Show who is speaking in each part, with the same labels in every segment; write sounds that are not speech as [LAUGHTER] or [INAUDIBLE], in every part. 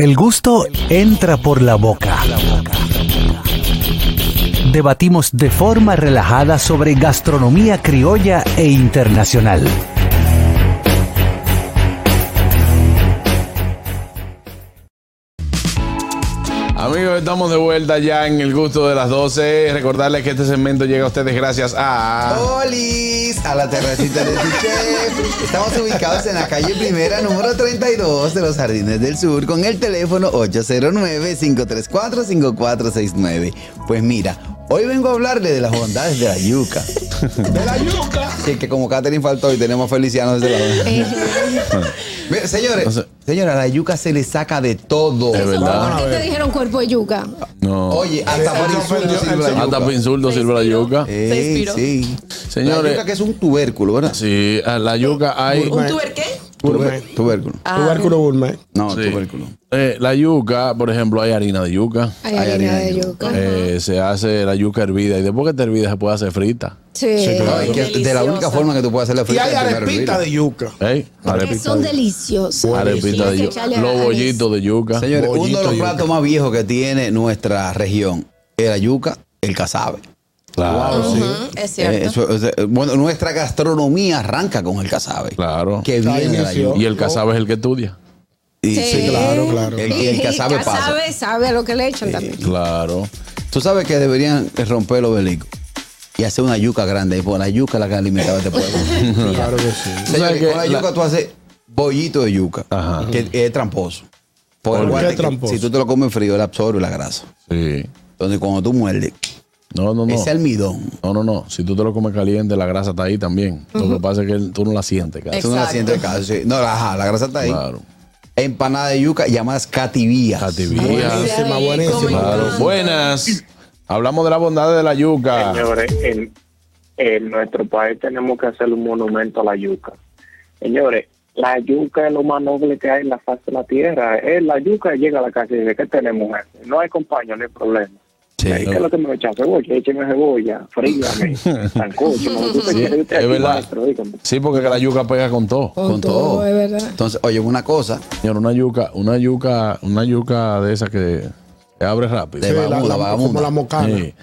Speaker 1: El gusto entra por la boca. Debatimos de forma relajada sobre gastronomía criolla e internacional.
Speaker 2: Amigos, estamos de vuelta ya en el gusto de las 12. Recordarles que este segmento llega a ustedes gracias a.
Speaker 3: ¡Olis! A la terracita de tu chef. Estamos ubicados en la calle primera, número 32 de los Jardines del Sur, con el teléfono 809-534-5469. Pues mira, hoy vengo a hablarle de las bondades de la yuca.
Speaker 2: ¡De la yuca!
Speaker 3: Así que como Catherine faltó y tenemos a Feliciano desde la
Speaker 4: Eh,
Speaker 5: Eh.
Speaker 3: Mira, Señores,
Speaker 2: No sé.
Speaker 3: señora, a la yuca se le saca de todo.
Speaker 2: Es verdad.
Speaker 4: ¿Por qué te dijeron cuerpo de yuca?
Speaker 2: No.
Speaker 3: Oye, hasta por
Speaker 5: Él se
Speaker 3: insulto
Speaker 5: ofendió,
Speaker 3: sirve
Speaker 5: él
Speaker 3: la
Speaker 5: se-
Speaker 3: yuca. Eh.
Speaker 2: Hasta por
Speaker 4: Pues
Speaker 2: insulto sirve la yuca.
Speaker 3: Ey,
Speaker 5: Se inspiró.
Speaker 3: sí.
Speaker 2: Señores.
Speaker 3: La yuca que es un tubérculo, ¿verdad?
Speaker 2: Sí, a la yuca hay.
Speaker 5: Gourmet.
Speaker 6: qué?
Speaker 5: Gourmet.
Speaker 3: Tuber- tubérculo.
Speaker 5: Tubérculo gourmet.
Speaker 3: No,
Speaker 2: Sí.
Speaker 3: tubérculo.
Speaker 2: Eh, la yuca, por ejemplo, hay harina de yuca.
Speaker 4: Hay harina de yuca.
Speaker 2: Eh, se hace la yuca hervida y después que está hervida se puede hacer frita.
Speaker 4: Sí.
Speaker 3: No, es que de la
Speaker 6: Deliciosa.
Speaker 3: única forma que tú puedes hacer la
Speaker 5: Y
Speaker 3: frita
Speaker 5: hay
Speaker 3: es primero
Speaker 5: arepita
Speaker 3: hervirla.
Speaker 5: de yuca.
Speaker 2: ¿Eh?
Speaker 4: Que son deliciosas.
Speaker 2: Arepita de
Speaker 4: Tienes que
Speaker 2: yuca.
Speaker 4: echarle
Speaker 2: Los
Speaker 4: anís.
Speaker 2: bollitos de yuca.
Speaker 3: Señores, uno de
Speaker 5: Bollito
Speaker 3: los
Speaker 5: de
Speaker 3: platos más viejos que tiene nuestra región es la yuca, el cazabe.
Speaker 2: Claro, sí.
Speaker 6: Es cierto.
Speaker 3: Eh, eso- eso- bueno, nuestra gastronomía arranca con el cazabe.
Speaker 2: Claro.
Speaker 3: Que
Speaker 5: Ahí
Speaker 3: viene de la
Speaker 5: nació.
Speaker 3: yuca.
Speaker 2: Y el cazabe es el que estudia.
Speaker 3: Y-
Speaker 4: Sí.
Speaker 3: sí, claro.
Speaker 5: Claro, claro.
Speaker 3: El, y el cazabe pasa.
Speaker 4: sabe, sabe a lo que le echan también.
Speaker 2: Claro.
Speaker 3: Tú sabes que deberían romper el obelisco y hacer una yuca grande. Y por la yuca es la que alimentaba este pueblo.
Speaker 5: [LAUGHS] Ah. Claro que sí.
Speaker 3: Señores,
Speaker 2: que
Speaker 3: con la
Speaker 2: la-
Speaker 3: yuca tú haces bollito de yuca,
Speaker 2: Ajá.
Speaker 3: que es tramposo. Por
Speaker 5: ¿Por
Speaker 3: el
Speaker 5: qué
Speaker 3: guante
Speaker 5: es
Speaker 3: que
Speaker 5: tramposo?
Speaker 3: Si tú te lo comes frío, él absorbe la grasa.
Speaker 2: Sí.
Speaker 3: Entonces, cuando tú muerdes,
Speaker 2: No, no, no.
Speaker 3: ese almidón,
Speaker 2: No, no, no. Si tú te lo comes caliente, la grasa está ahí también. Lo que pasa es que él- tú no la sientes, cara.
Speaker 3: tú no la
Speaker 6: Exacto.
Speaker 3: sientes casi. No, la, ajá, la grasa está ahí.
Speaker 2: Claro.
Speaker 3: Empanada de yuca llamadas cativías.
Speaker 2: Cativías.
Speaker 5: Buenísima, buenísima.
Speaker 2: Claro. Buenas. Hablamos de la bondad de la yuca.
Speaker 7: Señores, en, en nuestro país tenemos que hacer un monumento a la yuca. Señores, la yuca es lo más noble que hay en la faz de la tierra. Es la yuca llega a la casa y dice, ¿qué tenemos? jefe? No hay compañía, no hay problema.
Speaker 3: Sí.
Speaker 7: ¿Qué es lo que me va a echar? Cebolla, écheme cebolla,
Speaker 2: [LAUGHS]
Speaker 7: fríame, sancocho, como tú te
Speaker 2: Sí,
Speaker 7: quieres, yo te
Speaker 2: es
Speaker 7: aquí,
Speaker 2: verdad.
Speaker 7: maestro, dígame.
Speaker 2: Sí, porque la yuca pega con todo.
Speaker 3: Con todo.
Speaker 4: es verdad.
Speaker 3: Entonces, oye, una cosa,
Speaker 2: Señor, una yuca, una yuca, una yuca de esas que que abre rápido.
Speaker 3: De
Speaker 5: Sí, la-
Speaker 3: vagabunda,
Speaker 5: la-
Speaker 3: vagabunda.
Speaker 5: Como la mocana.
Speaker 2: Sí.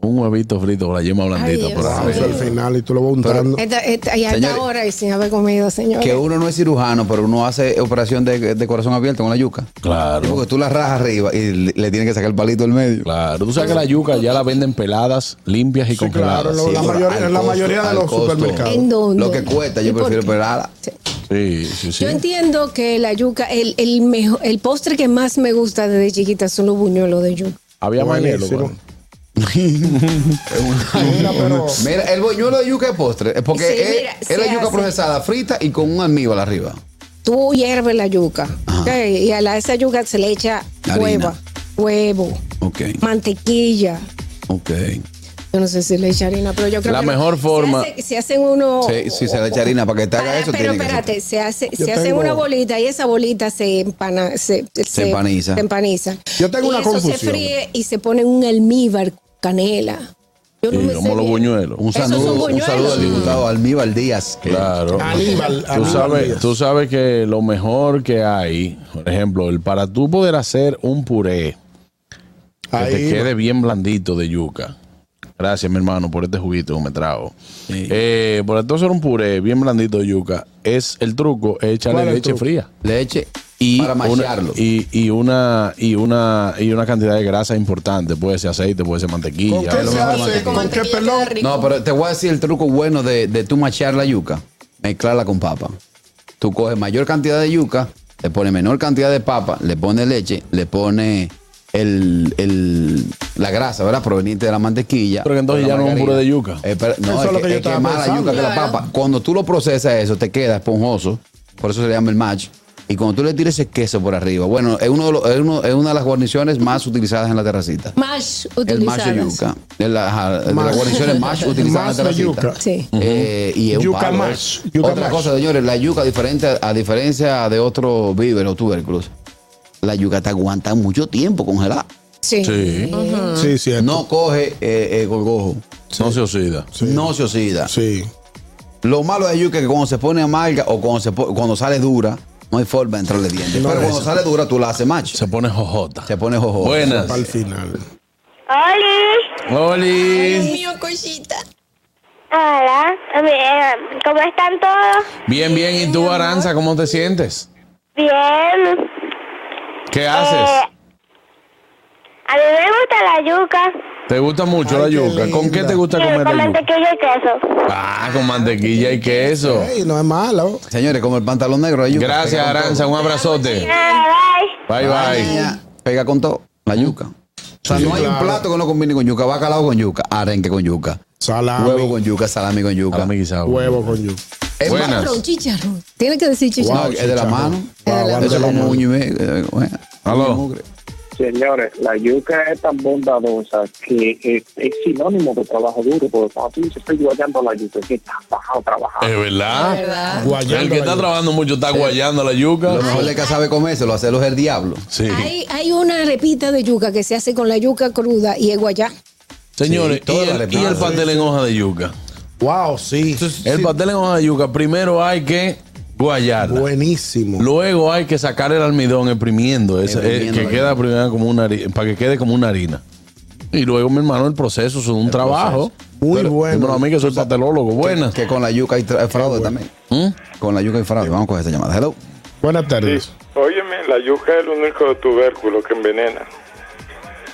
Speaker 2: Un huevito frito con la yema blandita
Speaker 4: Ay,
Speaker 2: por
Speaker 4: Dios
Speaker 2: arriba.
Speaker 5: Eso al final y tú lo vas untando.
Speaker 4: Esta, esta- y hasta
Speaker 3: Señores.
Speaker 4: ahora y sin haber comido, señor.
Speaker 3: que uno no es cirujano, pero uno hace operación de, de corazón abierto con la yuca.
Speaker 2: Claro.
Speaker 3: Porque tú la rajas arriba y le, le tienes que sacar el palito del medio.
Speaker 2: Claro, tú sabes que la yuca ya la venden peladas, limpias y
Speaker 5: Sí, claro,
Speaker 2: congeladas.
Speaker 5: lo-
Speaker 3: Sí,
Speaker 5: la,
Speaker 3: pero
Speaker 5: mayoría,
Speaker 3: al
Speaker 5: la
Speaker 3: costo,
Speaker 5: mayoría de
Speaker 3: al
Speaker 5: los
Speaker 3: costo.
Speaker 5: supermercados.
Speaker 4: ¿En dónde?
Speaker 3: Lo que cuesta,
Speaker 4: ¿Y
Speaker 3: yo
Speaker 4: por
Speaker 3: prefiero
Speaker 4: qué?
Speaker 3: pelarla.
Speaker 4: Sí.
Speaker 2: Sí, sí, sí.
Speaker 4: Yo entiendo que la yuca, el, el, mejo- el postre que más me gusta desde chiquita son los buñuelos de yuca.
Speaker 2: Había
Speaker 5: Buenísimo.
Speaker 2: manelo. pero-
Speaker 5: [LAUGHS] Mira, pero
Speaker 3: [LAUGHS] Mira, el boñuelo de yuca es postre. Es porque
Speaker 4: Sí,
Speaker 3: es,
Speaker 4: mira,
Speaker 3: es
Speaker 4: se
Speaker 3: la yuca
Speaker 4: hace.
Speaker 3: procesada, frita y con un almíbar arriba.
Speaker 4: Tú hierves la yuca
Speaker 3: Ajá.
Speaker 4: ¿ok? y a la, esa yuca se le echa
Speaker 3: Harina.
Speaker 4: hueva, huevo,
Speaker 3: Ok,
Speaker 4: mantequilla.
Speaker 3: ok.
Speaker 4: Yo no sé si le echa harina, pero yo creo
Speaker 2: La
Speaker 4: que
Speaker 2: mejor
Speaker 4: se
Speaker 2: forma-
Speaker 4: hace- se hacen uno.
Speaker 3: Sí, sí, se le echa harina para que te haga
Speaker 4: Para-
Speaker 3: eso.
Speaker 4: pero
Speaker 3: tiene que ser.
Speaker 4: espérate, se, hace,
Speaker 5: Yo
Speaker 4: se hacen
Speaker 5: tengo-
Speaker 4: una bolita y esa bolita se empana, se,
Speaker 3: empaniza.
Speaker 4: se empaniza.
Speaker 5: Yo tengo
Speaker 4: y
Speaker 5: una
Speaker 4: eso se
Speaker 5: confusión.
Speaker 4: fríe y se pone un almíbar canela. Yo no
Speaker 2: Sí,
Speaker 4: me
Speaker 2: como
Speaker 4: sé
Speaker 2: los
Speaker 4: bien.
Speaker 2: buñuelos.
Speaker 3: Un
Speaker 4: Esos son
Speaker 3: saludo, un
Speaker 4: buñuelos.
Speaker 3: saludo al
Speaker 4: Sí.
Speaker 3: diputado Almíbar Díaz. que-
Speaker 2: Claro.
Speaker 5: Aníbal,
Speaker 2: Tú
Speaker 5: Aníbal
Speaker 2: sabes,
Speaker 5: Díaz.
Speaker 2: tú sabes que lo mejor que hay, por ejemplo, el para tú poder hacer un puré que
Speaker 5: ahí
Speaker 2: te quede bien blandito de yuca. Gracias, mi hermano, por este juguito que me trajo. Eh, por entonces hacer un puré bien blandito de yuca, es el truco, es echarle
Speaker 5: ¿Cuál es el
Speaker 2: leche
Speaker 5: truco?
Speaker 2: fría.
Speaker 3: Leche
Speaker 2: Y
Speaker 3: para
Speaker 2: una,
Speaker 3: machearlo.
Speaker 2: y, y una y una y una cantidad de grasa importante, puede ser aceite, puede ser
Speaker 5: ¿Con
Speaker 2: mantequilla.
Speaker 5: qué
Speaker 2: lo
Speaker 5: se
Speaker 2: mejor
Speaker 5: hace?
Speaker 2: mantequilla.
Speaker 5: ¿Con qué
Speaker 6: mantequilla
Speaker 5: pelón?
Speaker 6: queda rico.
Speaker 3: No, pero te voy a decir el truco bueno de, de tú machear la yuca. Mezclarla con papa. Tú coges mayor cantidad de yuca, le pones menor cantidad de papa, le pones leche, le pones el, el- la grasa, ¿verdad? Proveniente de la mantequilla.
Speaker 2: Pero que entonces
Speaker 3: o la
Speaker 2: ya no es un
Speaker 3: margarina.
Speaker 2: puré de yuca.
Speaker 3: Eh, pero- no,
Speaker 5: Eso
Speaker 3: es,
Speaker 5: es lo
Speaker 3: que,
Speaker 5: que yo
Speaker 3: es que
Speaker 5: estaba
Speaker 3: es más la
Speaker 5: pensando.
Speaker 3: yuca que la
Speaker 6: Claro.
Speaker 3: papa. Cuando tú lo procesas eso, te queda esponjoso. Por eso se le llama el match. Y cuando tú le tires ese queso por arriba, bueno, es, uno de los- es uno- es una de las guarniciones más utilizadas en la terracita.
Speaker 4: Más
Speaker 3: El macho
Speaker 4: utilizadas.
Speaker 3: de yuca. De la, ajá, de la
Speaker 5: Mash.
Speaker 3: guarnición es mash utilizada en
Speaker 5: Mash de
Speaker 3: terracita.
Speaker 5: yuca.
Speaker 4: Sí.
Speaker 3: Eh, y es un
Speaker 5: Yuca
Speaker 3: palo,
Speaker 5: mash,
Speaker 3: eh.
Speaker 5: yuca
Speaker 3: Otra
Speaker 5: mash.
Speaker 3: cosa, señores, la yuca, diferente, a diferencia de otros víveres o tubérculos, la yuca te aguanta mucho tiempo congelada.
Speaker 4: Sí.
Speaker 2: Sí.
Speaker 5: Sí, sí.
Speaker 3: No coge eh, eh, gorgojo.
Speaker 2: No se oxida.
Speaker 5: Sí.
Speaker 3: No se oxida.
Speaker 5: Sí.
Speaker 3: Lo malo de la yuca es que cuando se pone amarga o cuando, se po- cuando sale dura, No hay forma de entrarle dientes.
Speaker 5: No
Speaker 3: Pero
Speaker 5: es
Speaker 3: cuando
Speaker 5: eso.
Speaker 3: sale dura, tú la haces match.
Speaker 2: Se pone jojota.
Speaker 3: Se pone jojo.
Speaker 2: Buenas.
Speaker 5: Para el final.
Speaker 6: Oli,
Speaker 4: Dios
Speaker 2: Oli.
Speaker 4: mío, cosita.
Speaker 6: hola, bien, ¿cómo están todos?
Speaker 2: Bien, bien. ¿Y tú, Aranza, cómo te sientes?
Speaker 6: Bien.
Speaker 2: ¿Qué
Speaker 6: Eh,
Speaker 2: haces?
Speaker 6: a mí me gusta la yuca.
Speaker 2: ¿Te gusta mucho
Speaker 5: Ay,
Speaker 2: la
Speaker 5: qué
Speaker 2: yuca? ¿Con qué
Speaker 5: linda.
Speaker 2: te gusta
Speaker 6: Y con
Speaker 2: comer la yuca?
Speaker 6: mantequilla y queso.
Speaker 2: Ah, con mantequilla y queso.
Speaker 5: Ey, no es malo.
Speaker 3: Señores, como el pantalón negro la yuca.
Speaker 2: Gracias,
Speaker 3: pega con
Speaker 2: Aranza. Un abrazote.
Speaker 6: Ah, bye.
Speaker 2: Bye,
Speaker 3: todo. Ay,
Speaker 2: bye.
Speaker 3: niña, Pega con todo. La yuca. O sea,
Speaker 5: Sí,
Speaker 3: no hay un
Speaker 5: claro.
Speaker 3: plato que no combine con yuca. Bacalao con yuca. Arenque con yuca.
Speaker 5: Salami.
Speaker 3: Huevo con yuca. Salami con yuca.
Speaker 2: Salami guisado.
Speaker 5: Huevo con yuca.
Speaker 3: Es más,
Speaker 2: Buenas.
Speaker 4: Chicharrón, chicharrón. Tiene que decir
Speaker 3: no,
Speaker 4: chicharrón.
Speaker 3: es de la
Speaker 5: chicharrón.
Speaker 3: mano.
Speaker 5: Guau, guau,
Speaker 3: Eso es
Speaker 5: de la
Speaker 3: como
Speaker 5: mano.
Speaker 3: un y medio. eh, bueno,
Speaker 2: Aló.
Speaker 3: mugre.
Speaker 7: Señores, la yuca es tan bondadosa que es, es sinónimo de trabajo duro, porque cuando tú dices, estoy guayando la yuca, es que está bajado trabajando.
Speaker 2: Es verdad.
Speaker 5: Guayando
Speaker 2: El que está
Speaker 5: la yuca.
Speaker 2: trabajando mucho está guayando la yuca.
Speaker 3: Lo mejor es que sabe comérselo. Hacerlo es el diablo.
Speaker 2: Sí.
Speaker 4: Hay, hay una repita de yuca que se hace con la yuca cruda y es guayá.
Speaker 2: Señores,
Speaker 3: Sí, toda
Speaker 2: y,
Speaker 3: la
Speaker 2: el,
Speaker 3: reparada.
Speaker 2: y el pastel en hoja de yuca.
Speaker 5: Wow, sí.
Speaker 2: El pastel en hoja de yuca, primero hay que guayarla.
Speaker 5: Buenísimo.
Speaker 2: Luego hay que sacar el almidón exprimiendo, esa- eh,
Speaker 3: Exprimiendo
Speaker 2: que
Speaker 3: la
Speaker 2: queda primero como una hari- para que quede como una harina. Y luego, mi hermano, el proceso es un trabajo.
Speaker 5: Muy
Speaker 2: Bueno, a
Speaker 5: bueno.
Speaker 2: mí que soy pastelólogo, buena.
Speaker 3: Que con la yuca hay tra- hay fraude también.
Speaker 2: ¿Mm?
Speaker 3: Con la yuca hay fraude. Vamos a coger esta llamada. Hello.
Speaker 5: Buenas tardes.
Speaker 8: Óyeme, la yuca es el único tubérculo que envenena.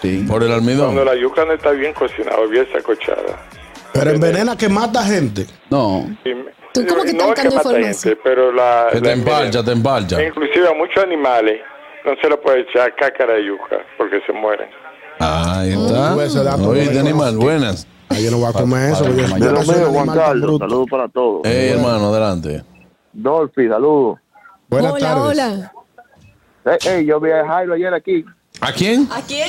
Speaker 3: Sí.
Speaker 2: Por el almidón.
Speaker 8: Cuando la yuca no está bien cocinada, o bien sacochada.
Speaker 5: Pero envenena que mata gente.
Speaker 3: No.
Speaker 8: Y me-
Speaker 4: ¿Tú cómo que estás
Speaker 8: no es que
Speaker 4: buscando
Speaker 8: mata
Speaker 4: información?
Speaker 8: gente, pero la...
Speaker 2: Que te
Speaker 8: la
Speaker 2: empalcha, te empalcha.
Speaker 8: Inclusive a muchos animales no se le puede echar cácara de yuca porque se mueren.
Speaker 2: Ahí está.
Speaker 5: Pues, se da por
Speaker 2: Oíste,
Speaker 5: ahí.
Speaker 2: animal, buenas.
Speaker 5: Ay, Ah, yo no voy a comer eso.
Speaker 3: para
Speaker 5: yo-
Speaker 3: comer.
Speaker 5: yo
Speaker 3: Pero
Speaker 5: no soy un animal tan bruto.
Speaker 7: saludos para todos.
Speaker 2: Ey, hermano, adelante.
Speaker 7: Dolphy, saludos. Eh,
Speaker 5: Buenas
Speaker 4: hola,
Speaker 5: tardes.
Speaker 4: hola.
Speaker 7: yo vi a Jairo ayer aquí.
Speaker 2: ¿A quién?
Speaker 4: ¿A quién?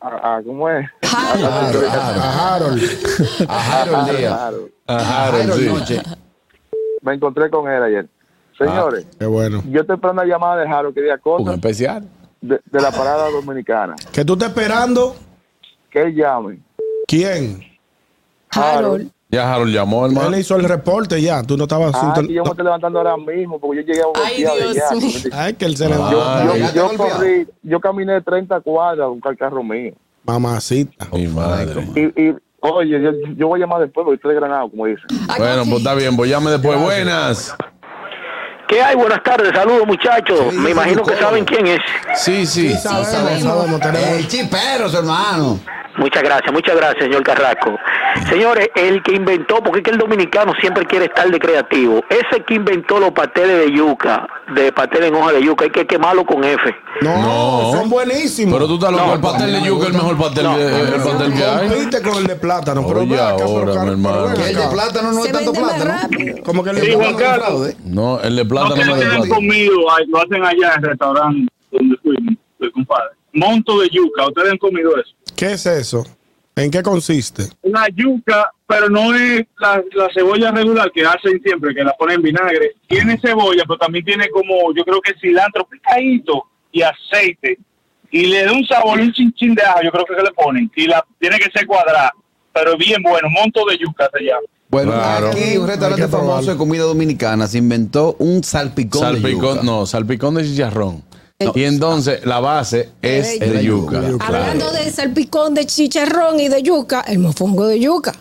Speaker 7: A, a- ¿Cómo es?
Speaker 4: Jaro.
Speaker 5: A Harold.
Speaker 3: A Harold Díaz.
Speaker 7: Claro.
Speaker 2: A Harold,
Speaker 3: Harold
Speaker 2: sí.
Speaker 3: Noche.
Speaker 7: Me encontré con él ayer. Señores,
Speaker 5: Qué bueno.
Speaker 7: yo estoy esperando una llamada de Jaro que diga
Speaker 2: Ah. Un em-
Speaker 7: cosas
Speaker 2: especial.
Speaker 7: de, de la parada dominicana.
Speaker 5: ¿Qué tú estás esperando?
Speaker 7: Que él llame.
Speaker 5: ¿Quién?
Speaker 4: Harold.
Speaker 2: Ya Harold llamó,
Speaker 5: Él
Speaker 2: hermano.
Speaker 5: hizo el reporte ya. Tú no estabas.
Speaker 7: Ah,
Speaker 5: sinton-
Speaker 7: que yo me estoy levantando ahora mismo porque yo llegué a Bogotá
Speaker 4: Ay, Dios
Speaker 7: de allá.
Speaker 4: mío.
Speaker 5: Ay, que él se levantó.
Speaker 2: Ay,
Speaker 7: Yo,
Speaker 3: Ah, ya te
Speaker 7: yo
Speaker 3: golpeaba.
Speaker 7: corrí, yo caminé 30 cuadras a buscar el carro mío.
Speaker 5: Mamacita.
Speaker 2: Mi madre.
Speaker 7: Y, y oye, yo, yo voy a llamar después porque estoy granado, como dicen.
Speaker 2: Bueno, pues está bien, pues llame después. Buenas.
Speaker 9: ¿Qué hay? Buenas tardes, saludos muchachos.
Speaker 3: Sí,
Speaker 9: Me imagino que
Speaker 3: saludos.
Speaker 9: saben quién es.
Speaker 2: Sí, sí.
Speaker 5: Sabemos, sabemos, tenemos-
Speaker 3: El chiperos, hermano.
Speaker 9: Muchas gracias, muchas gracias, señor Carrasco. Señores, el que inventó, porque es que el dominicano siempre quiere estar de creativo, ese que inventó los pasteles de yuca, de pastel en hoja de yuca, hay que quemarlo con F.
Speaker 5: No,
Speaker 2: No.
Speaker 5: son buenísimos.
Speaker 2: Pero tú estás loco,
Speaker 9: No,
Speaker 2: el pastel de
Speaker 3: no,
Speaker 2: yuca es el
Speaker 3: no,
Speaker 2: mejor pastel,
Speaker 9: no,
Speaker 2: de- el pastel que hay.
Speaker 5: Compite con el de plátano. Pero
Speaker 2: Oye,
Speaker 5: ven
Speaker 2: ahora,
Speaker 5: acá, pero
Speaker 2: mi
Speaker 5: car- pero
Speaker 2: hermano.
Speaker 5: ven
Speaker 3: Que el de
Speaker 5: acá.
Speaker 3: plátano no
Speaker 4: Se
Speaker 3: es tanto
Speaker 4: vende más
Speaker 3: plátano.
Speaker 4: rápido.
Speaker 5: Como que el de
Speaker 9: Sí, Juan
Speaker 5: plátano no es
Speaker 9: Carlos.
Speaker 5: fraude.
Speaker 2: No, el de
Speaker 10: No
Speaker 2: plátano
Speaker 10: se
Speaker 2: no es de
Speaker 10: quedan
Speaker 2: plátano.
Speaker 10: conmigo, ay, lo hacen allá en el restaurante donde fuimos, el compadre. Monto de yuca, ustedes han comido eso.
Speaker 5: ¿Qué es eso? ¿En qué consiste?
Speaker 10: La yuca, pero no es la, la cebolla regular que hacen siempre, que la ponen en vinagre. Tiene cebolla, pero también tiene como, yo creo que cilantro picadito y aceite. Y le da un sabor, un chinchín de ajo, yo creo que se le ponen. Y la tiene que ser cuadrada, pero bien bueno, monto de yuca se llama.
Speaker 3: Bueno,
Speaker 2: Claro.
Speaker 3: aquí un
Speaker 5: Hay
Speaker 3: restaurante
Speaker 5: que probarlo.
Speaker 3: famoso de comida dominicana se inventó un salpicón, de yuca.
Speaker 2: Salpicón, no, salpicón de chicharrón.
Speaker 4: No.
Speaker 2: Y entonces la base es
Speaker 4: de
Speaker 2: de
Speaker 3: yuca.
Speaker 2: yuca.
Speaker 5: Yuca.
Speaker 2: Claro.
Speaker 4: Hablando de salpicón de chicharrón y de yuca, el mofongo de yuca.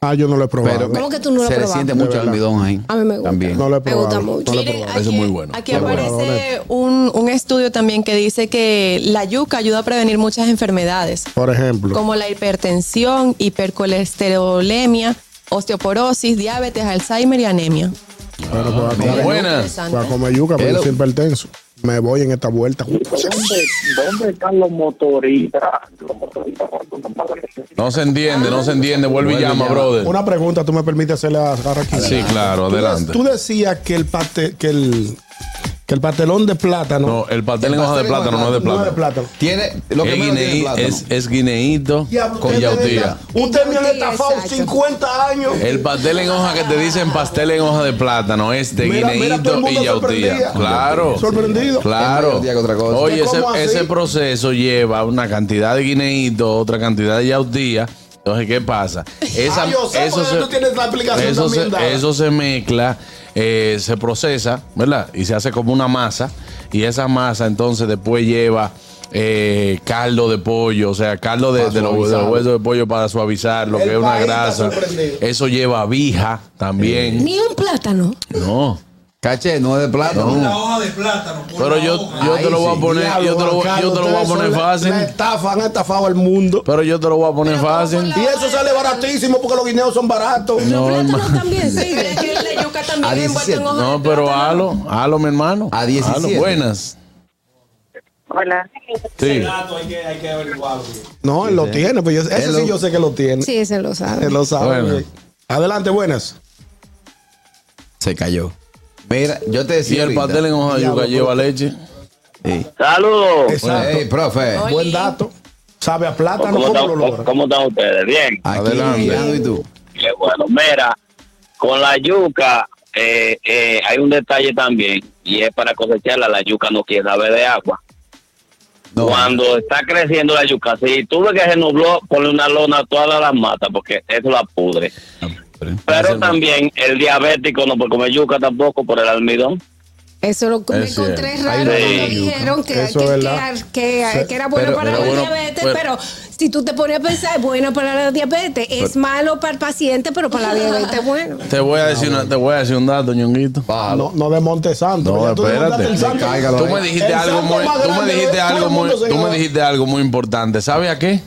Speaker 5: Ah, yo no lo he probado.
Speaker 4: ¿Cómo que tú no lo has
Speaker 3: Se le
Speaker 4: probado?
Speaker 3: siente
Speaker 5: De
Speaker 3: mucho
Speaker 5: verdad.
Speaker 3: almidón ahí.
Speaker 4: A mí me gusta.
Speaker 3: También.
Speaker 5: No lo he
Speaker 4: Me gusta
Speaker 5: probado.
Speaker 4: mucho.
Speaker 5: No lo he
Speaker 11: Miren,
Speaker 5: probado.
Speaker 2: Eso es muy bueno.
Speaker 11: Aquí
Speaker 5: Muy bueno,
Speaker 11: aparece un, un estudio también que dice que la yuca ayuda a prevenir muchas enfermedades,
Speaker 5: Por ejemplo.
Speaker 11: como la hipertensión, hipercolesterolemia, osteoporosis, diabetes, Alzheimer y anemia.
Speaker 5: Bueno, pues voy a comer-
Speaker 2: Buenas.
Speaker 11: Interesante.
Speaker 5: voy a comer yuca, pero
Speaker 3: Hello.
Speaker 5: pues yo soy hipertenso. Me voy en esta vuelta.
Speaker 7: ¿Dónde, dónde están los motoristas? Los motoristas, cuando uno paga el
Speaker 2: No se entiende, no se entiende. Vuelve y llama, brother.
Speaker 5: Una pregunta, tú me permites hacerle a Raquel.
Speaker 2: Sí, claro,
Speaker 5: Tú de-
Speaker 2: adelante.
Speaker 5: Tú decías que el pastel, que el, que el pastelón de plátano
Speaker 2: No, el pastel
Speaker 3: El
Speaker 2: en hoja de
Speaker 3: pastel en
Speaker 2: plátano
Speaker 3: hoja
Speaker 2: no es de
Speaker 3: de
Speaker 5: no es de
Speaker 2: plátano.
Speaker 5: plátano.
Speaker 3: Tiene lo que
Speaker 2: Es
Speaker 3: menos tiene
Speaker 2: guineí-
Speaker 3: plátano.
Speaker 2: es- es guineíto con
Speaker 5: ustedes
Speaker 2: yautía.
Speaker 5: me- Ustedes me han
Speaker 4: Yautía,
Speaker 5: estafado
Speaker 4: exacto.
Speaker 5: 50 años.
Speaker 2: El pastel en hoja que te dicen pastel en hoja de plátano es de
Speaker 5: Mira, mira, todo
Speaker 2: guineíto
Speaker 5: el mundo
Speaker 2: y yautía.
Speaker 5: sorprendido.
Speaker 2: Claro.
Speaker 5: Sorprendido.
Speaker 3: Es
Speaker 2: Claro.
Speaker 3: mayor día que otra cosa.
Speaker 2: Oye,
Speaker 5: ¿Cómo
Speaker 2: ese,
Speaker 5: así?
Speaker 2: ese proceso lleva una cantidad de guineíto, otra cantidad de yautía. Entonces, ¿qué pasa? Esa-
Speaker 5: Ah, yo sé, porque tú tienes la aplicación
Speaker 2: eso
Speaker 5: también
Speaker 2: se,
Speaker 5: dada.
Speaker 2: eso se mezcla. eh, se procesa, ¿verdad? Y se hace como una masa. Y esa masa entonces después lleva eh, caldo de pollo, o sea, caldo de,
Speaker 3: Para
Speaker 2: de los, de los
Speaker 3: suavizarlo.
Speaker 2: huesos de pollo para suavizar lo
Speaker 4: El
Speaker 2: que es una
Speaker 4: país está
Speaker 2: grasa.
Speaker 4: sorprendido.
Speaker 2: Eso lleva vija también.
Speaker 4: Ni un plátano.
Speaker 2: Eh, No.
Speaker 3: Caché, no es de plátano.
Speaker 2: No.
Speaker 5: hoja de plátano.
Speaker 2: Pero yo, yo te lo voy a poner, yo te lo, voy- yo te lo voy a poner fácil.
Speaker 5: Estafa, han estafado al mundo.
Speaker 2: Pero yo te lo voy a poner fácil.
Speaker 5: Y eso sale baratísimo porque los guineos son baratos.
Speaker 2: No, hermano.
Speaker 4: También
Speaker 5: [LAUGHS]
Speaker 4: sí. pero es que la yuca también es envuelta en hoja
Speaker 2: No,
Speaker 4: de
Speaker 2: pero halo, halo, mi hermano. A
Speaker 3: 17.
Speaker 2: Buenas.
Speaker 6: Hola.
Speaker 2: Sí.
Speaker 5: hay que, averiguarlo. No, él lo tiene. Pues yo, ese
Speaker 4: Hello.
Speaker 5: sí yo sé que lo tiene.
Speaker 4: Sí, ese lo sabe.
Speaker 5: Él lo sabe.
Speaker 2: Bueno.
Speaker 5: Adelante, buenas.
Speaker 3: Se cayó. Mira, yo te decía.
Speaker 2: Y el
Speaker 3: ahorita-
Speaker 2: pastel en hoja de
Speaker 3: Diablo,
Speaker 2: yuca lleva
Speaker 3: profe.
Speaker 2: leche.
Speaker 3: Sí.
Speaker 12: Saludos.
Speaker 5: Exacto.
Speaker 3: Ey, profe.
Speaker 5: Buen dato. Sabe a plátano.
Speaker 12: ¿Cómo,
Speaker 5: ¿cómo
Speaker 12: están,
Speaker 5: lo logra?
Speaker 12: cómo- cómo están ustedes? Bien.
Speaker 3: Aquí, mirando, ¿y tú?
Speaker 12: Qué bueno. Mira, con la yuca eh, eh, hay un detalle también y es para cosecharla. La yuca no quiere saber de agua. Cuando está creciendo la yuca, si tú ves que se nubló, ponle una lona a todas las matas porque eso la pudre. Pero también el diabético no puede comer yuca tampoco por el almidón.
Speaker 4: Eso lo me
Speaker 12: cierto.
Speaker 4: encontré
Speaker 12: Ahí
Speaker 4: raro
Speaker 12: lo
Speaker 4: cuando
Speaker 12: digo.
Speaker 4: dijeron que,
Speaker 12: Eso
Speaker 4: que-
Speaker 12: es
Speaker 4: que-
Speaker 12: verdad.
Speaker 4: que-
Speaker 12: Sí.
Speaker 4: que era bueno
Speaker 12: Pero-
Speaker 4: para
Speaker 12: pero
Speaker 4: la
Speaker 12: bueno,
Speaker 4: diabetes,
Speaker 12: pero-
Speaker 4: pero si tú te pones a pensar, es bueno para la diabetes, es malo para el paciente, pero para la diabetes es bueno.
Speaker 2: Te voy a decir, una- te voy a decir un dato, ñonguito.
Speaker 5: No, no de Monte Santo.
Speaker 2: No,
Speaker 5: Ya tú demandaste
Speaker 2: espérate.
Speaker 5: el santo.
Speaker 2: Tú me dijiste
Speaker 5: El
Speaker 2: algo
Speaker 5: santo
Speaker 2: muy,
Speaker 5: más
Speaker 2: tú me
Speaker 5: grande de
Speaker 2: dijiste
Speaker 5: todo el
Speaker 2: algo muy,
Speaker 5: mundo se
Speaker 2: tú me
Speaker 5: llama.
Speaker 2: dijiste algo muy importante. ¿Sabe a qué?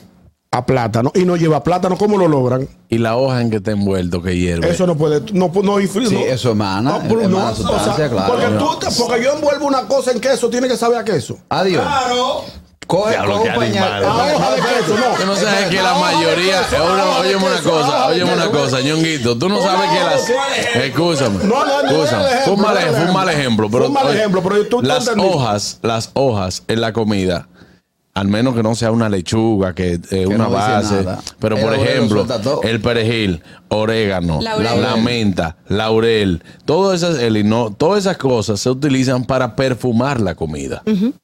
Speaker 5: A plátano. Y no lleva plátano. ¿Cómo lo logran?
Speaker 2: Y la hoja en que está envuelto que hierve.
Speaker 5: Eso no puede. No, no, no influye.
Speaker 3: Sí,
Speaker 5: no.
Speaker 3: eso emana.
Speaker 5: No, pero
Speaker 3: emana
Speaker 5: no,
Speaker 3: sustancia,
Speaker 5: o sea,
Speaker 3: claro.
Speaker 5: porque, tú te- porque yo envuelvo una cosa en queso, tiene que saber a queso.
Speaker 3: Adiós.
Speaker 5: Claro.
Speaker 3: Coge,
Speaker 2: Diablo,
Speaker 3: coge
Speaker 2: qué
Speaker 3: un pañal.
Speaker 2: animal.
Speaker 5: La hoja de queso, no.
Speaker 2: Tú no sabes que la
Speaker 5: hoja de
Speaker 2: mayoría.
Speaker 5: queso,
Speaker 2: Eh,
Speaker 5: la
Speaker 2: no,
Speaker 5: hoja de
Speaker 2: óyeme una
Speaker 5: queso, la hoja
Speaker 2: cosa,
Speaker 5: de
Speaker 2: óyeme una cosa, ñonguito. Tú no sabes que las. Escúchame.
Speaker 5: No, no, no,
Speaker 2: escúchame.
Speaker 5: no, no,
Speaker 2: Fue un
Speaker 5: no,
Speaker 2: mal
Speaker 5: no,
Speaker 2: ejemplo. Fue un mal ejemplo.
Speaker 5: Fue
Speaker 2: Pero,
Speaker 5: un mal ejemplo, pero tú- tú
Speaker 2: Las
Speaker 5: entendiste.
Speaker 2: hojas, las hojas en la comida. Al menos que no sea una lechuga, que eh, una
Speaker 3: no dice
Speaker 2: base.
Speaker 3: nada.
Speaker 2: Pero
Speaker 3: El
Speaker 2: por
Speaker 3: orégano
Speaker 2: ejemplo,
Speaker 3: suelta todo.
Speaker 2: el perejil, orégano,
Speaker 3: Laurel.
Speaker 2: la menta, laurel, todas esas, el hino- todas esas cosas se utilizan para perfumar la comida.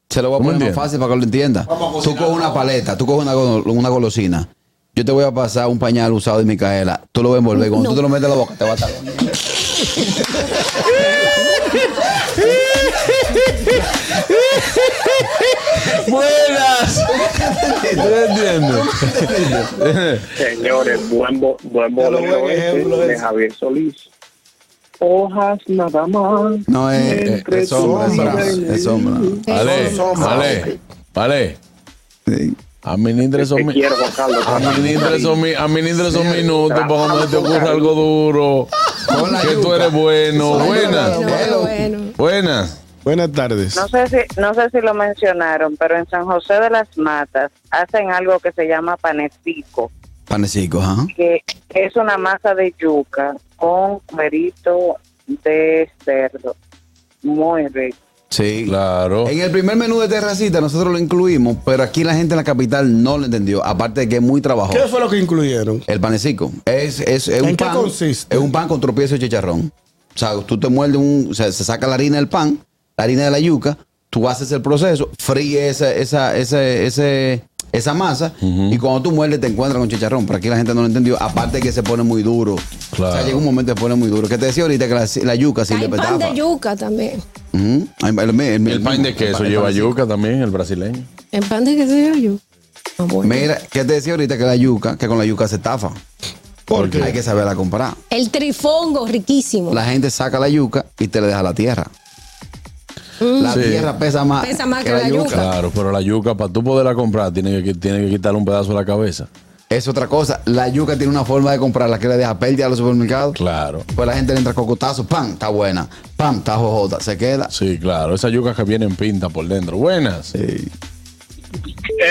Speaker 3: Se lo voy a
Speaker 2: ¿Tú me
Speaker 3: poner más
Speaker 2: entiendes?
Speaker 3: fácil para que lo entienda. Tú coges una paleta, tú coges una, go- una golosina. Yo te voy a pasar un pañal usado de Micaela. Tú lo vas a envolver. Cuando tú te lo metes en la boca, te va a estar.
Speaker 2: Buenas. ¿Tú me entiendes?
Speaker 7: Señores, buen, bo- buen bolero este de Javier Solís. Hojas nada más.
Speaker 3: No,
Speaker 2: eh,
Speaker 3: es, es-
Speaker 7: entre
Speaker 3: es sombra, es sombra.
Speaker 7: sombras.
Speaker 3: Es sombra.
Speaker 2: Vale,
Speaker 7: Son sombras.
Speaker 2: vale, vale. Administra esos Ah,
Speaker 7: Te
Speaker 2: mi-
Speaker 7: quiero, Juan Carlos.
Speaker 2: administra esos mi- administra esos minutos para cuando se te ocurra algo duro.
Speaker 3: Con la
Speaker 2: Que tú
Speaker 3: yuca.
Speaker 2: eres bueno.
Speaker 5: Con la
Speaker 2: Buenas.
Speaker 5: yuca.
Speaker 4: Bueno, bueno.
Speaker 2: Buenas.
Speaker 5: Buenas tardes.
Speaker 13: No sé, si, no sé si lo mencionaron, pero en San José de las Matas hacen algo que se llama panecico,
Speaker 3: Panecico, ajá.
Speaker 13: que es una masa de yuca con cuerito de cerdo. Muy rico.
Speaker 3: Sí.
Speaker 2: Claro.
Speaker 3: En el primer menú de Terracita nosotros lo incluimos, pero aquí la gente en la capital no lo entendió. Aparte de que es muy trabajoso.
Speaker 5: ¿Qué fue lo que incluyeron?
Speaker 3: El panecico. Es, es, es
Speaker 5: ¿En
Speaker 3: un
Speaker 5: qué
Speaker 3: pan.
Speaker 5: consiste?
Speaker 3: Es un pan con tropiezo de chicharrón. O sea, tú te muerdes un. O sea, se saca la harina del pan, la harina de la yuca, tú haces el proceso, fríes esa, esa, ese- ese- esa masa y cuando tú muerdes te encuentras con chicharrón. Pero aquí la gente no lo entendió. Aparte que se pone muy duro. O sea, llega un momento que se pone muy duro. Que te decía ahorita que la, la yuca sirve
Speaker 4: Hay
Speaker 3: para
Speaker 4: pan
Speaker 3: tapa.
Speaker 4: de yuca también.
Speaker 3: Ujú. Ay, El, el- el-
Speaker 2: El pan de queso
Speaker 3: el
Speaker 2: lleva
Speaker 3: panecico.
Speaker 2: yuca también, el brasileño.
Speaker 4: En pan de queso lleva yuca. Ah, bueno.
Speaker 3: Mira, que te decía ahorita que la yuca, que con la yuca se estafa. Porque hay que saberla comprar.
Speaker 4: El trifongo, riquísimo.
Speaker 3: la gente saca la yuca y te le deja la tierra. La
Speaker 2: Sí.
Speaker 3: tierra pesa más,
Speaker 4: Mm. Pesa más que la yuca.
Speaker 2: Claro, pero la yuca, para tú poderla comprar, tiene que, tiene que quitarle un pedazo de la cabeza.
Speaker 3: Es otra cosa. La yuca tiene una forma de comprarla que le deja pérdida a los supermercados.
Speaker 2: Claro.
Speaker 3: Pues la gente le entra cocotazo, pam, está buena, pam, está jojota, se queda.
Speaker 2: Sí, claro. Esas yucas que vienen pinta por dentro. Buenas.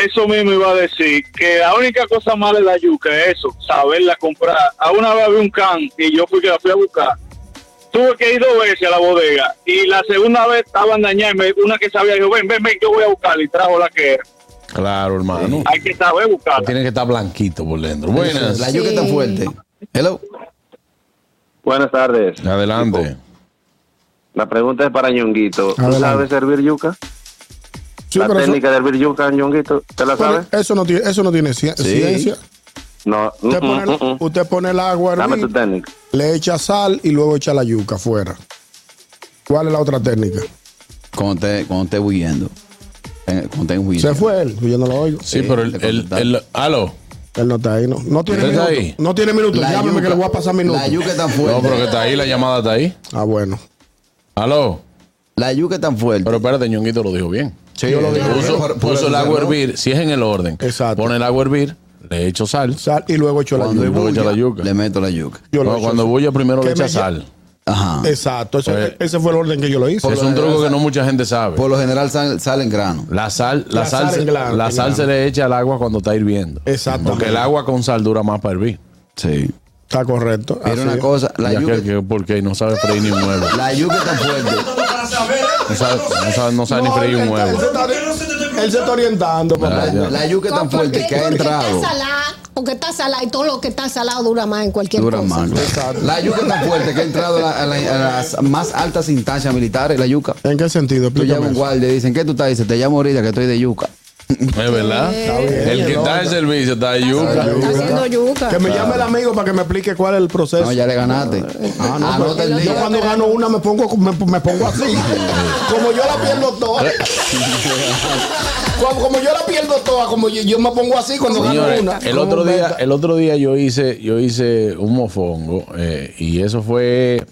Speaker 10: Eso mismo iba a decir, que la única cosa mala de la yuca es eso, saberla comprar. A una vez había un can y yo fui que la fui a buscar. Tuve que ir dos veces a la bodega y la segunda vez estaban dañadas. y me- Una que sabía, yo ven, ven, ven, yo voy a buscarla y trajo la que era.
Speaker 2: Claro, hermano.
Speaker 10: Hay que saber buscarla.
Speaker 2: Tiene que estar blanquito por dentro. Buenas.
Speaker 3: La yuca está fuerte. Hello.
Speaker 14: Buenas tardes.
Speaker 5: Ah.
Speaker 2: Adelante.
Speaker 14: La pregunta es para Ñonguito. ¿Tú
Speaker 5: Adelante.
Speaker 14: sabes servir yuca? la
Speaker 5: pero eso-
Speaker 14: técnica de hervir yuca, Ñonguito, ¿te la
Speaker 5: Pero
Speaker 14: sabes?
Speaker 5: eso no tiene, eso no tiene ci- ciencia.
Speaker 14: No,
Speaker 5: Usted,
Speaker 14: mm, mm,
Speaker 5: pone,
Speaker 14: mm, mm.
Speaker 5: usted pone el agua a
Speaker 14: Dame
Speaker 5: hervir,
Speaker 14: tu técnica.
Speaker 5: le echa sal y luego echa la yuca afuera. ¿Cuál es la otra técnica?
Speaker 3: Cuando esté cuando esté huyendo. Eh, Cuando esté huyendo.
Speaker 5: Se fue él, yo no lo oigo.
Speaker 2: Sí, pero el, el, el- aló.
Speaker 5: Él no está ahí, no. No tiene
Speaker 2: ¿Él está
Speaker 5: minutos.
Speaker 2: ahí?
Speaker 5: No tiene minutos.
Speaker 2: La
Speaker 5: Llámame
Speaker 2: yuca-
Speaker 5: que le voy a pasar minutos.
Speaker 3: la yuca está
Speaker 2: No, pero que está ahí, la llamada está ahí.
Speaker 5: Ah, bueno.
Speaker 2: Aló.
Speaker 3: La yuca tan fuerte.
Speaker 2: Pero espérate, Ñonguito lo dijo bien.
Speaker 3: Sí, yo lo dije.
Speaker 2: Puso,
Speaker 3: Por- por
Speaker 2: puso
Speaker 3: eso
Speaker 2: el agua a
Speaker 3: ganó.
Speaker 2: hervir, si es en el orden. Exacto. Pone el agua a hervir, le echo sal.
Speaker 5: Sal y luego echo la
Speaker 2: Cuando
Speaker 5: yuca.
Speaker 2: luego echa la yuca.
Speaker 3: Le meto la yuca.
Speaker 5: Yo lo
Speaker 2: No,
Speaker 5: echo
Speaker 2: cuando
Speaker 5: sal.
Speaker 2: bulla primero le
Speaker 5: Que me
Speaker 2: echa
Speaker 5: lle-
Speaker 2: sal.
Speaker 3: Ajá.
Speaker 5: Exacto. Ese,
Speaker 2: Pues-
Speaker 5: ese fue el orden que yo lo hice.
Speaker 2: es un truco que no mucha gente sabe.
Speaker 3: Por lo general sal, sal en grano.
Speaker 2: La sal, la,
Speaker 5: La
Speaker 2: sal,
Speaker 5: sal
Speaker 2: se-
Speaker 5: en grano,
Speaker 2: la
Speaker 5: en
Speaker 2: sal
Speaker 5: grano.
Speaker 2: se le echa al agua cuando está hirviendo.
Speaker 5: Exactamente.
Speaker 2: Porque el agua con sal dura más para hervir.
Speaker 3: Sí.
Speaker 5: Está correcto.
Speaker 3: Mira
Speaker 5: Así
Speaker 3: una
Speaker 5: es.
Speaker 3: cosa, la
Speaker 2: y
Speaker 3: yuca,
Speaker 2: aquel que porque no sabe freír ni un huevo.
Speaker 3: la yuca tan fuerte.
Speaker 2: No sabe, no sabe- no sabe ni
Speaker 5: No,
Speaker 2: freír un
Speaker 5: él,
Speaker 2: huevo.
Speaker 5: está- él se está, él se está orientando, papá.
Speaker 2: Ah, ya.
Speaker 3: La yuca tan fuerte que ha entrado.
Speaker 4: Está salada, porque está salada y todo lo que está salado dura más en cualquier
Speaker 3: Dura
Speaker 4: cosa.
Speaker 3: más.
Speaker 5: Exacto.
Speaker 3: La yuca tan fuerte que ha entrado a, la- a la- a las más altas instancias militares, la yuca.
Speaker 5: ¿En qué sentido?
Speaker 3: Tú llamas a
Speaker 5: Explícame.
Speaker 3: un guardia y dicen, ¿qué tú estás? Dice, te llamo ahorita que estoy de yuca.
Speaker 2: Es verdad.
Speaker 5: bien.
Speaker 2: El que está en servicio está de yuca.
Speaker 4: Está haciendo yuca.
Speaker 5: Que me llame el amigo para que me explique cuál es el proceso.
Speaker 3: No, ya le ganaste.
Speaker 5: Ah, no,
Speaker 3: Anota
Speaker 5: pero
Speaker 3: el
Speaker 5: yo
Speaker 3: día.
Speaker 5: cuando gano una me pongo, me, me pongo así. como yo la pierdo toda. [LAUGHS] como, como yo la pierdo toda, como yo, yo me pongo así cuando
Speaker 2: Señores,
Speaker 5: gano una.
Speaker 2: el
Speaker 5: Como
Speaker 2: otro
Speaker 5: un
Speaker 2: día,
Speaker 5: beta.
Speaker 2: el otro día yo hice, yo hice un mofongo eh, y eso fue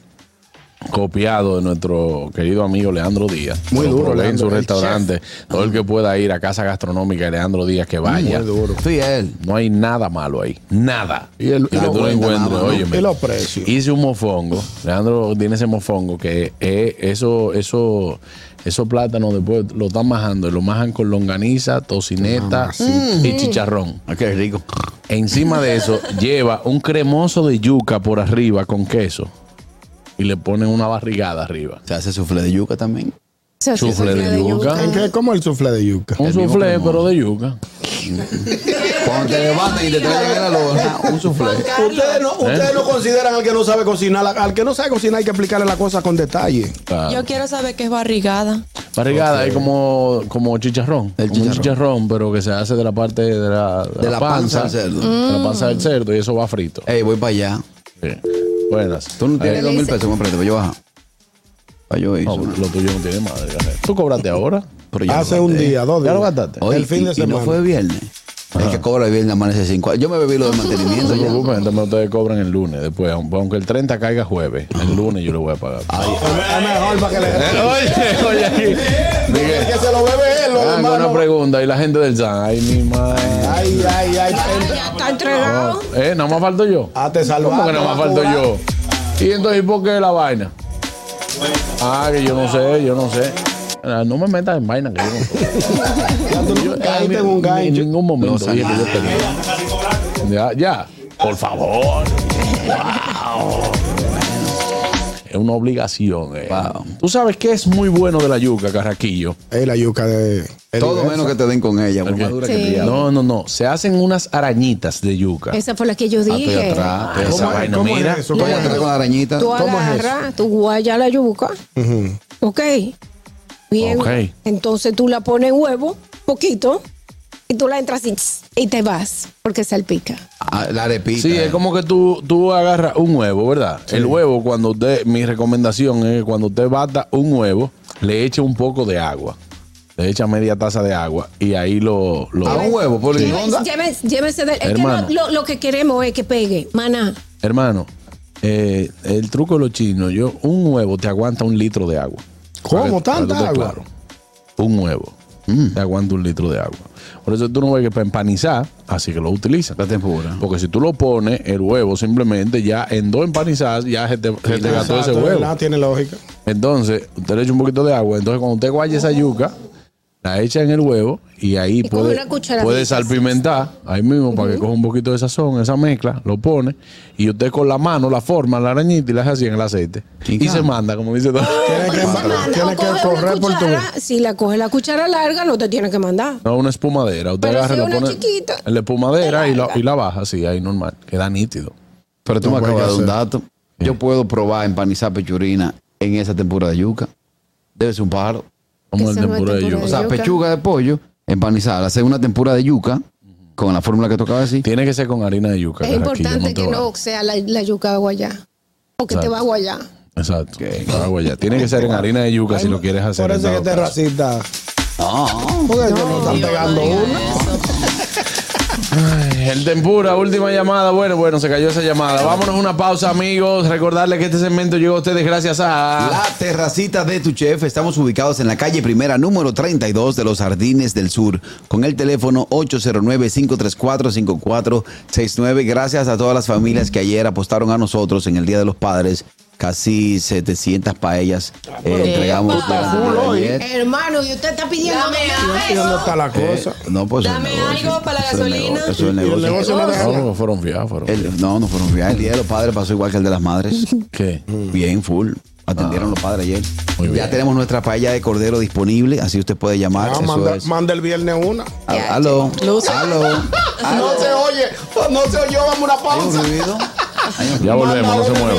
Speaker 2: copiado de nuestro querido amigo Leandro Díaz.
Speaker 5: Muy
Speaker 2: Lo
Speaker 5: duro,
Speaker 2: probé en
Speaker 5: Leandro,
Speaker 2: su
Speaker 5: el
Speaker 2: restaurante. Todo el que pueda ir a casa gastronómica de Leandro Díaz que vaya.
Speaker 5: Muy duro.
Speaker 3: Fiel.
Speaker 2: No hay nada malo ahí. Nada.
Speaker 5: Y el-
Speaker 2: que
Speaker 5: y lo
Speaker 2: tú lo
Speaker 5: cuenta
Speaker 2: encuentres,
Speaker 3: nada, ¿no?
Speaker 2: óyeme.
Speaker 5: Y los precios.
Speaker 2: Hice un mofongo. Leandro tiene ese mofongo que es eso, eso, esos plátanos después lo están majando. y Lo majan con longaniza, tocineta
Speaker 5: Ah,
Speaker 2: y chicharrón.
Speaker 3: Ah, qué rico.
Speaker 2: Encima de eso lleva un cremoso de yuca por arriba con queso. Y le ponen una barrigada arriba.
Speaker 3: Se hace sufle de yuca también.
Speaker 4: Se hace
Speaker 2: Sufle de yuca.
Speaker 5: ¿En qué? ¿Cómo el suflé de yuca?
Speaker 2: Un
Speaker 3: El mismo
Speaker 2: soufflé,
Speaker 3: cremoso.
Speaker 2: pero de yuca.
Speaker 3: Cuando te levantan y te traen en la loja, Ah, un sufle.
Speaker 5: Ustedes no, ustedes no consideran al que no sabe cocinar. Al que no sabe cocinar hay que explicarle la cosa con detalle.
Speaker 2: Claro.
Speaker 11: Yo quiero saber qué es barrigada.
Speaker 2: Barrigada es como, como chicharrón.
Speaker 3: El
Speaker 2: como un
Speaker 3: chicharrón.
Speaker 2: chicharrón, pero que se hace de la parte de la,
Speaker 3: De la panza del cerdo. Mm.
Speaker 2: De la panza del cerdo y eso va frito.
Speaker 3: Ey, voy para allá.
Speaker 2: Sí. Buenas.
Speaker 3: Tú no tienes
Speaker 2: Ahí.
Speaker 3: dos mil pesos, me presta, pero yo baja. Para yo ir.
Speaker 5: Ah,
Speaker 2: No,
Speaker 3: solo.
Speaker 2: lo tuyo no tiene madre. Garnet. ¿Tú cobraste ahora?
Speaker 3: Pero ya
Speaker 5: Hace
Speaker 3: lo
Speaker 5: un
Speaker 3: gasté.
Speaker 5: día, dos días.
Speaker 2: ¿Ya lo gastaste?
Speaker 3: Oye,
Speaker 5: Este, el fin
Speaker 3: y-
Speaker 5: de
Speaker 3: y
Speaker 5: semana.
Speaker 3: no fue viernes. Es que cobra el viernes, amanece cinco. Yo me bebí lo de mantenimiento.
Speaker 2: No se
Speaker 3: [LAUGHS] ya.
Speaker 2: preocupen, entonces ustedes cobran el lunes después. aun- Aunque el 30 caiga jueves, el lunes yo le voy a pagar.
Speaker 5: Es mejor para que le.
Speaker 2: oye, oye, aquí.
Speaker 5: El que se lo bebe él, lo
Speaker 2: Ah,
Speaker 5: demás.
Speaker 2: una
Speaker 5: no.
Speaker 2: pregunta. ¿Y la gente del San? Ay, mi madre.
Speaker 5: Ay, ay, ay.
Speaker 4: Ya está entregado.
Speaker 2: ¿Eh? ¿Nada más falto yo?
Speaker 5: Ah, te salvaste.
Speaker 2: ¿Cómo que nada más
Speaker 5: va a
Speaker 2: falto
Speaker 5: cobrar.
Speaker 2: yo? ¿Y entonces por qué la vaina? Ah, que yo no sé, yo no sé. Ah, No me metas en vaina que yo no sé.
Speaker 5: Ya tú
Speaker 2: Yo-
Speaker 5: [LAUGHS] caíste
Speaker 2: eh,
Speaker 5: en un
Speaker 2: ni- ni-
Speaker 5: gancho.
Speaker 2: En ningún momento dije que yo tenía. Ya, ya. Por favor. Wow. Es una obligación. eh.
Speaker 3: Wow.
Speaker 2: Tú sabes qué es muy bueno de la yuca, Carraquillo.
Speaker 5: Ey, la yuca de.
Speaker 3: Todo menos que te den con ella. Ah, por
Speaker 2: Ok.
Speaker 3: más dura que
Speaker 4: Sí.
Speaker 3: el diablo.
Speaker 2: No, no, no. Se hacen unas arañitas de yuca.
Speaker 4: Esa fue la que yo
Speaker 3: Ah, estoy
Speaker 4: dije.
Speaker 3: atrás. estoy
Speaker 2: Esa
Speaker 3: atrás.
Speaker 2: vaina,
Speaker 5: cómo es
Speaker 2: mira.
Speaker 5: eso?
Speaker 3: Tú allá atrás con la arañita.
Speaker 4: Tú agarras, tú guayas la yuca. Ok. Bien.
Speaker 2: Ok.
Speaker 4: Entonces tú la pones en huevo, poquito, y tú la entras así, y te vas, porque salpica.
Speaker 3: Ah, La arepita.
Speaker 2: Sí,
Speaker 3: eh.
Speaker 2: es como que tú, tú agarras un huevo, ¿verdad? El huevo, cuando usted, mi recomendación es que cuando usted bata un huevo, le eche un poco de agua. Le echa media taza de agua y ahí lo. lo
Speaker 3: A un huevo, por
Speaker 4: Llévese- llévese- Llévese del. Es que
Speaker 2: Hermano.
Speaker 4: lo, lo- lo que queremos es que pegue. Maná.
Speaker 2: Hermano, eh, el truco de los chinos, yo, un huevo te aguanta un litro de agua.
Speaker 5: ¿Cómo?
Speaker 2: Para que- para que
Speaker 5: ¿Tanta
Speaker 2: tú estés
Speaker 5: agua? Mm.
Speaker 2: Un huevo. Te aguanta un litro de agua. Por eso tú no ves que para empanizar, así que lo utilizan.
Speaker 3: La tempura.
Speaker 2: Porque si tú lo pones, el huevo simplemente ya en dos empanizadas ya se te, se te gastó ese huevo.
Speaker 5: Nada tiene lógica.
Speaker 2: Entonces, usted le echa un poquito de agua. Entonces, cuando usted guaye esa yuca, la echa en el huevo y ahí
Speaker 4: Y con
Speaker 2: puede,
Speaker 4: una cucharadita,
Speaker 2: puede
Speaker 4: sí,
Speaker 2: salpimentar ahí mismo para que coja un poquito de sazón, esa mezcla, lo pone y usted con la mano la forma, la arañita y la hace así en el aceite.
Speaker 3: Chica.
Speaker 2: Y se manda, como dice
Speaker 4: [LAUGHS]
Speaker 2: todo.
Speaker 5: Tiene que,
Speaker 4: Maná, o
Speaker 5: tiene que
Speaker 4: coge una
Speaker 5: correr por tu.
Speaker 4: cuchara, Si la coge la cuchara larga, no te tiene que mandar.
Speaker 2: [LAUGHS] No, una espumadera. Usted
Speaker 4: Pero
Speaker 2: agarra
Speaker 4: si
Speaker 2: y
Speaker 4: una
Speaker 2: lo pone
Speaker 4: chiquita,
Speaker 2: en la espumadera y la,
Speaker 4: larga.
Speaker 2: y la baja así, ahí normal. Queda nítido.
Speaker 3: Pero tú me
Speaker 5: No
Speaker 3: acabas de
Speaker 5: puede
Speaker 3: dar un
Speaker 5: ser.
Speaker 3: dato. Yo puedo probar empanizar pechurina en esa tempura de yuca. Debe ser un pájaro.
Speaker 2: Como el
Speaker 4: Esa no es
Speaker 2: tempura de
Speaker 4: tempura
Speaker 2: yuca.
Speaker 3: O
Speaker 2: O sea,
Speaker 3: sea,
Speaker 4: yuca.
Speaker 3: pechuga de pollo, empanizar, hacer una tempura de yuca con la fórmula que tocaba así.
Speaker 2: tiene que ser con harina de yuca.
Speaker 4: Es
Speaker 2: Carraquillo,
Speaker 4: importante
Speaker 2: te
Speaker 4: que
Speaker 2: vale.
Speaker 4: no sea la, la yuca guayá. O que te
Speaker 2: Exacto.
Speaker 4: va a guayar.
Speaker 2: Exacto. La agua ya. Tiene que ser en harina de yuca si lo quieres hacer.
Speaker 5: Por eso
Speaker 2: en
Speaker 5: que
Speaker 2: dado
Speaker 5: te
Speaker 2: caso.
Speaker 5: racista.
Speaker 2: No.
Speaker 5: Porque ellos no están pegando una.
Speaker 2: Ay, El Tempura, última llamada. Bueno, bueno, se cayó esa llamada. Vámonos a una pausa, amigos. Recordarles que este segmento llegó a ustedes gracias a.
Speaker 3: La terracita de tu chef. Estamos ubicados en la calle primera, número 32 de los Jardines del Sur, con el teléfono 809-534-5469. Gracias a todas las familias que ayer apostaron a nosotros en el Día de los Padres. Casi 700 paellas eh, entregamos. durante el día de ayer.
Speaker 4: Hermano, y usted está pidiendo
Speaker 5: está la
Speaker 2: Eh,
Speaker 3: cosa? no, pues Dame algo para la gasolina. Eso es el negocio.
Speaker 2: No, fueron fiados, fueron
Speaker 3: El- no, no fueron fiados. El día de los padres pasó igual que el de las madres. [LAUGHS]
Speaker 2: ¿Qué?
Speaker 3: Mm. Bien, full. Atendieron los padres ayer. Ya tenemos nuestra paella de cordero disponible, así usted puede llamar.
Speaker 5: Ah,
Speaker 3: Eso
Speaker 5: manda,
Speaker 3: es.
Speaker 5: manda el viernes una.
Speaker 3: Ah, Aló. Aló.
Speaker 2: Ah,
Speaker 5: No se oye. No se oye. Vamos a una pausa.
Speaker 2: Ya volvemos, no se mueva.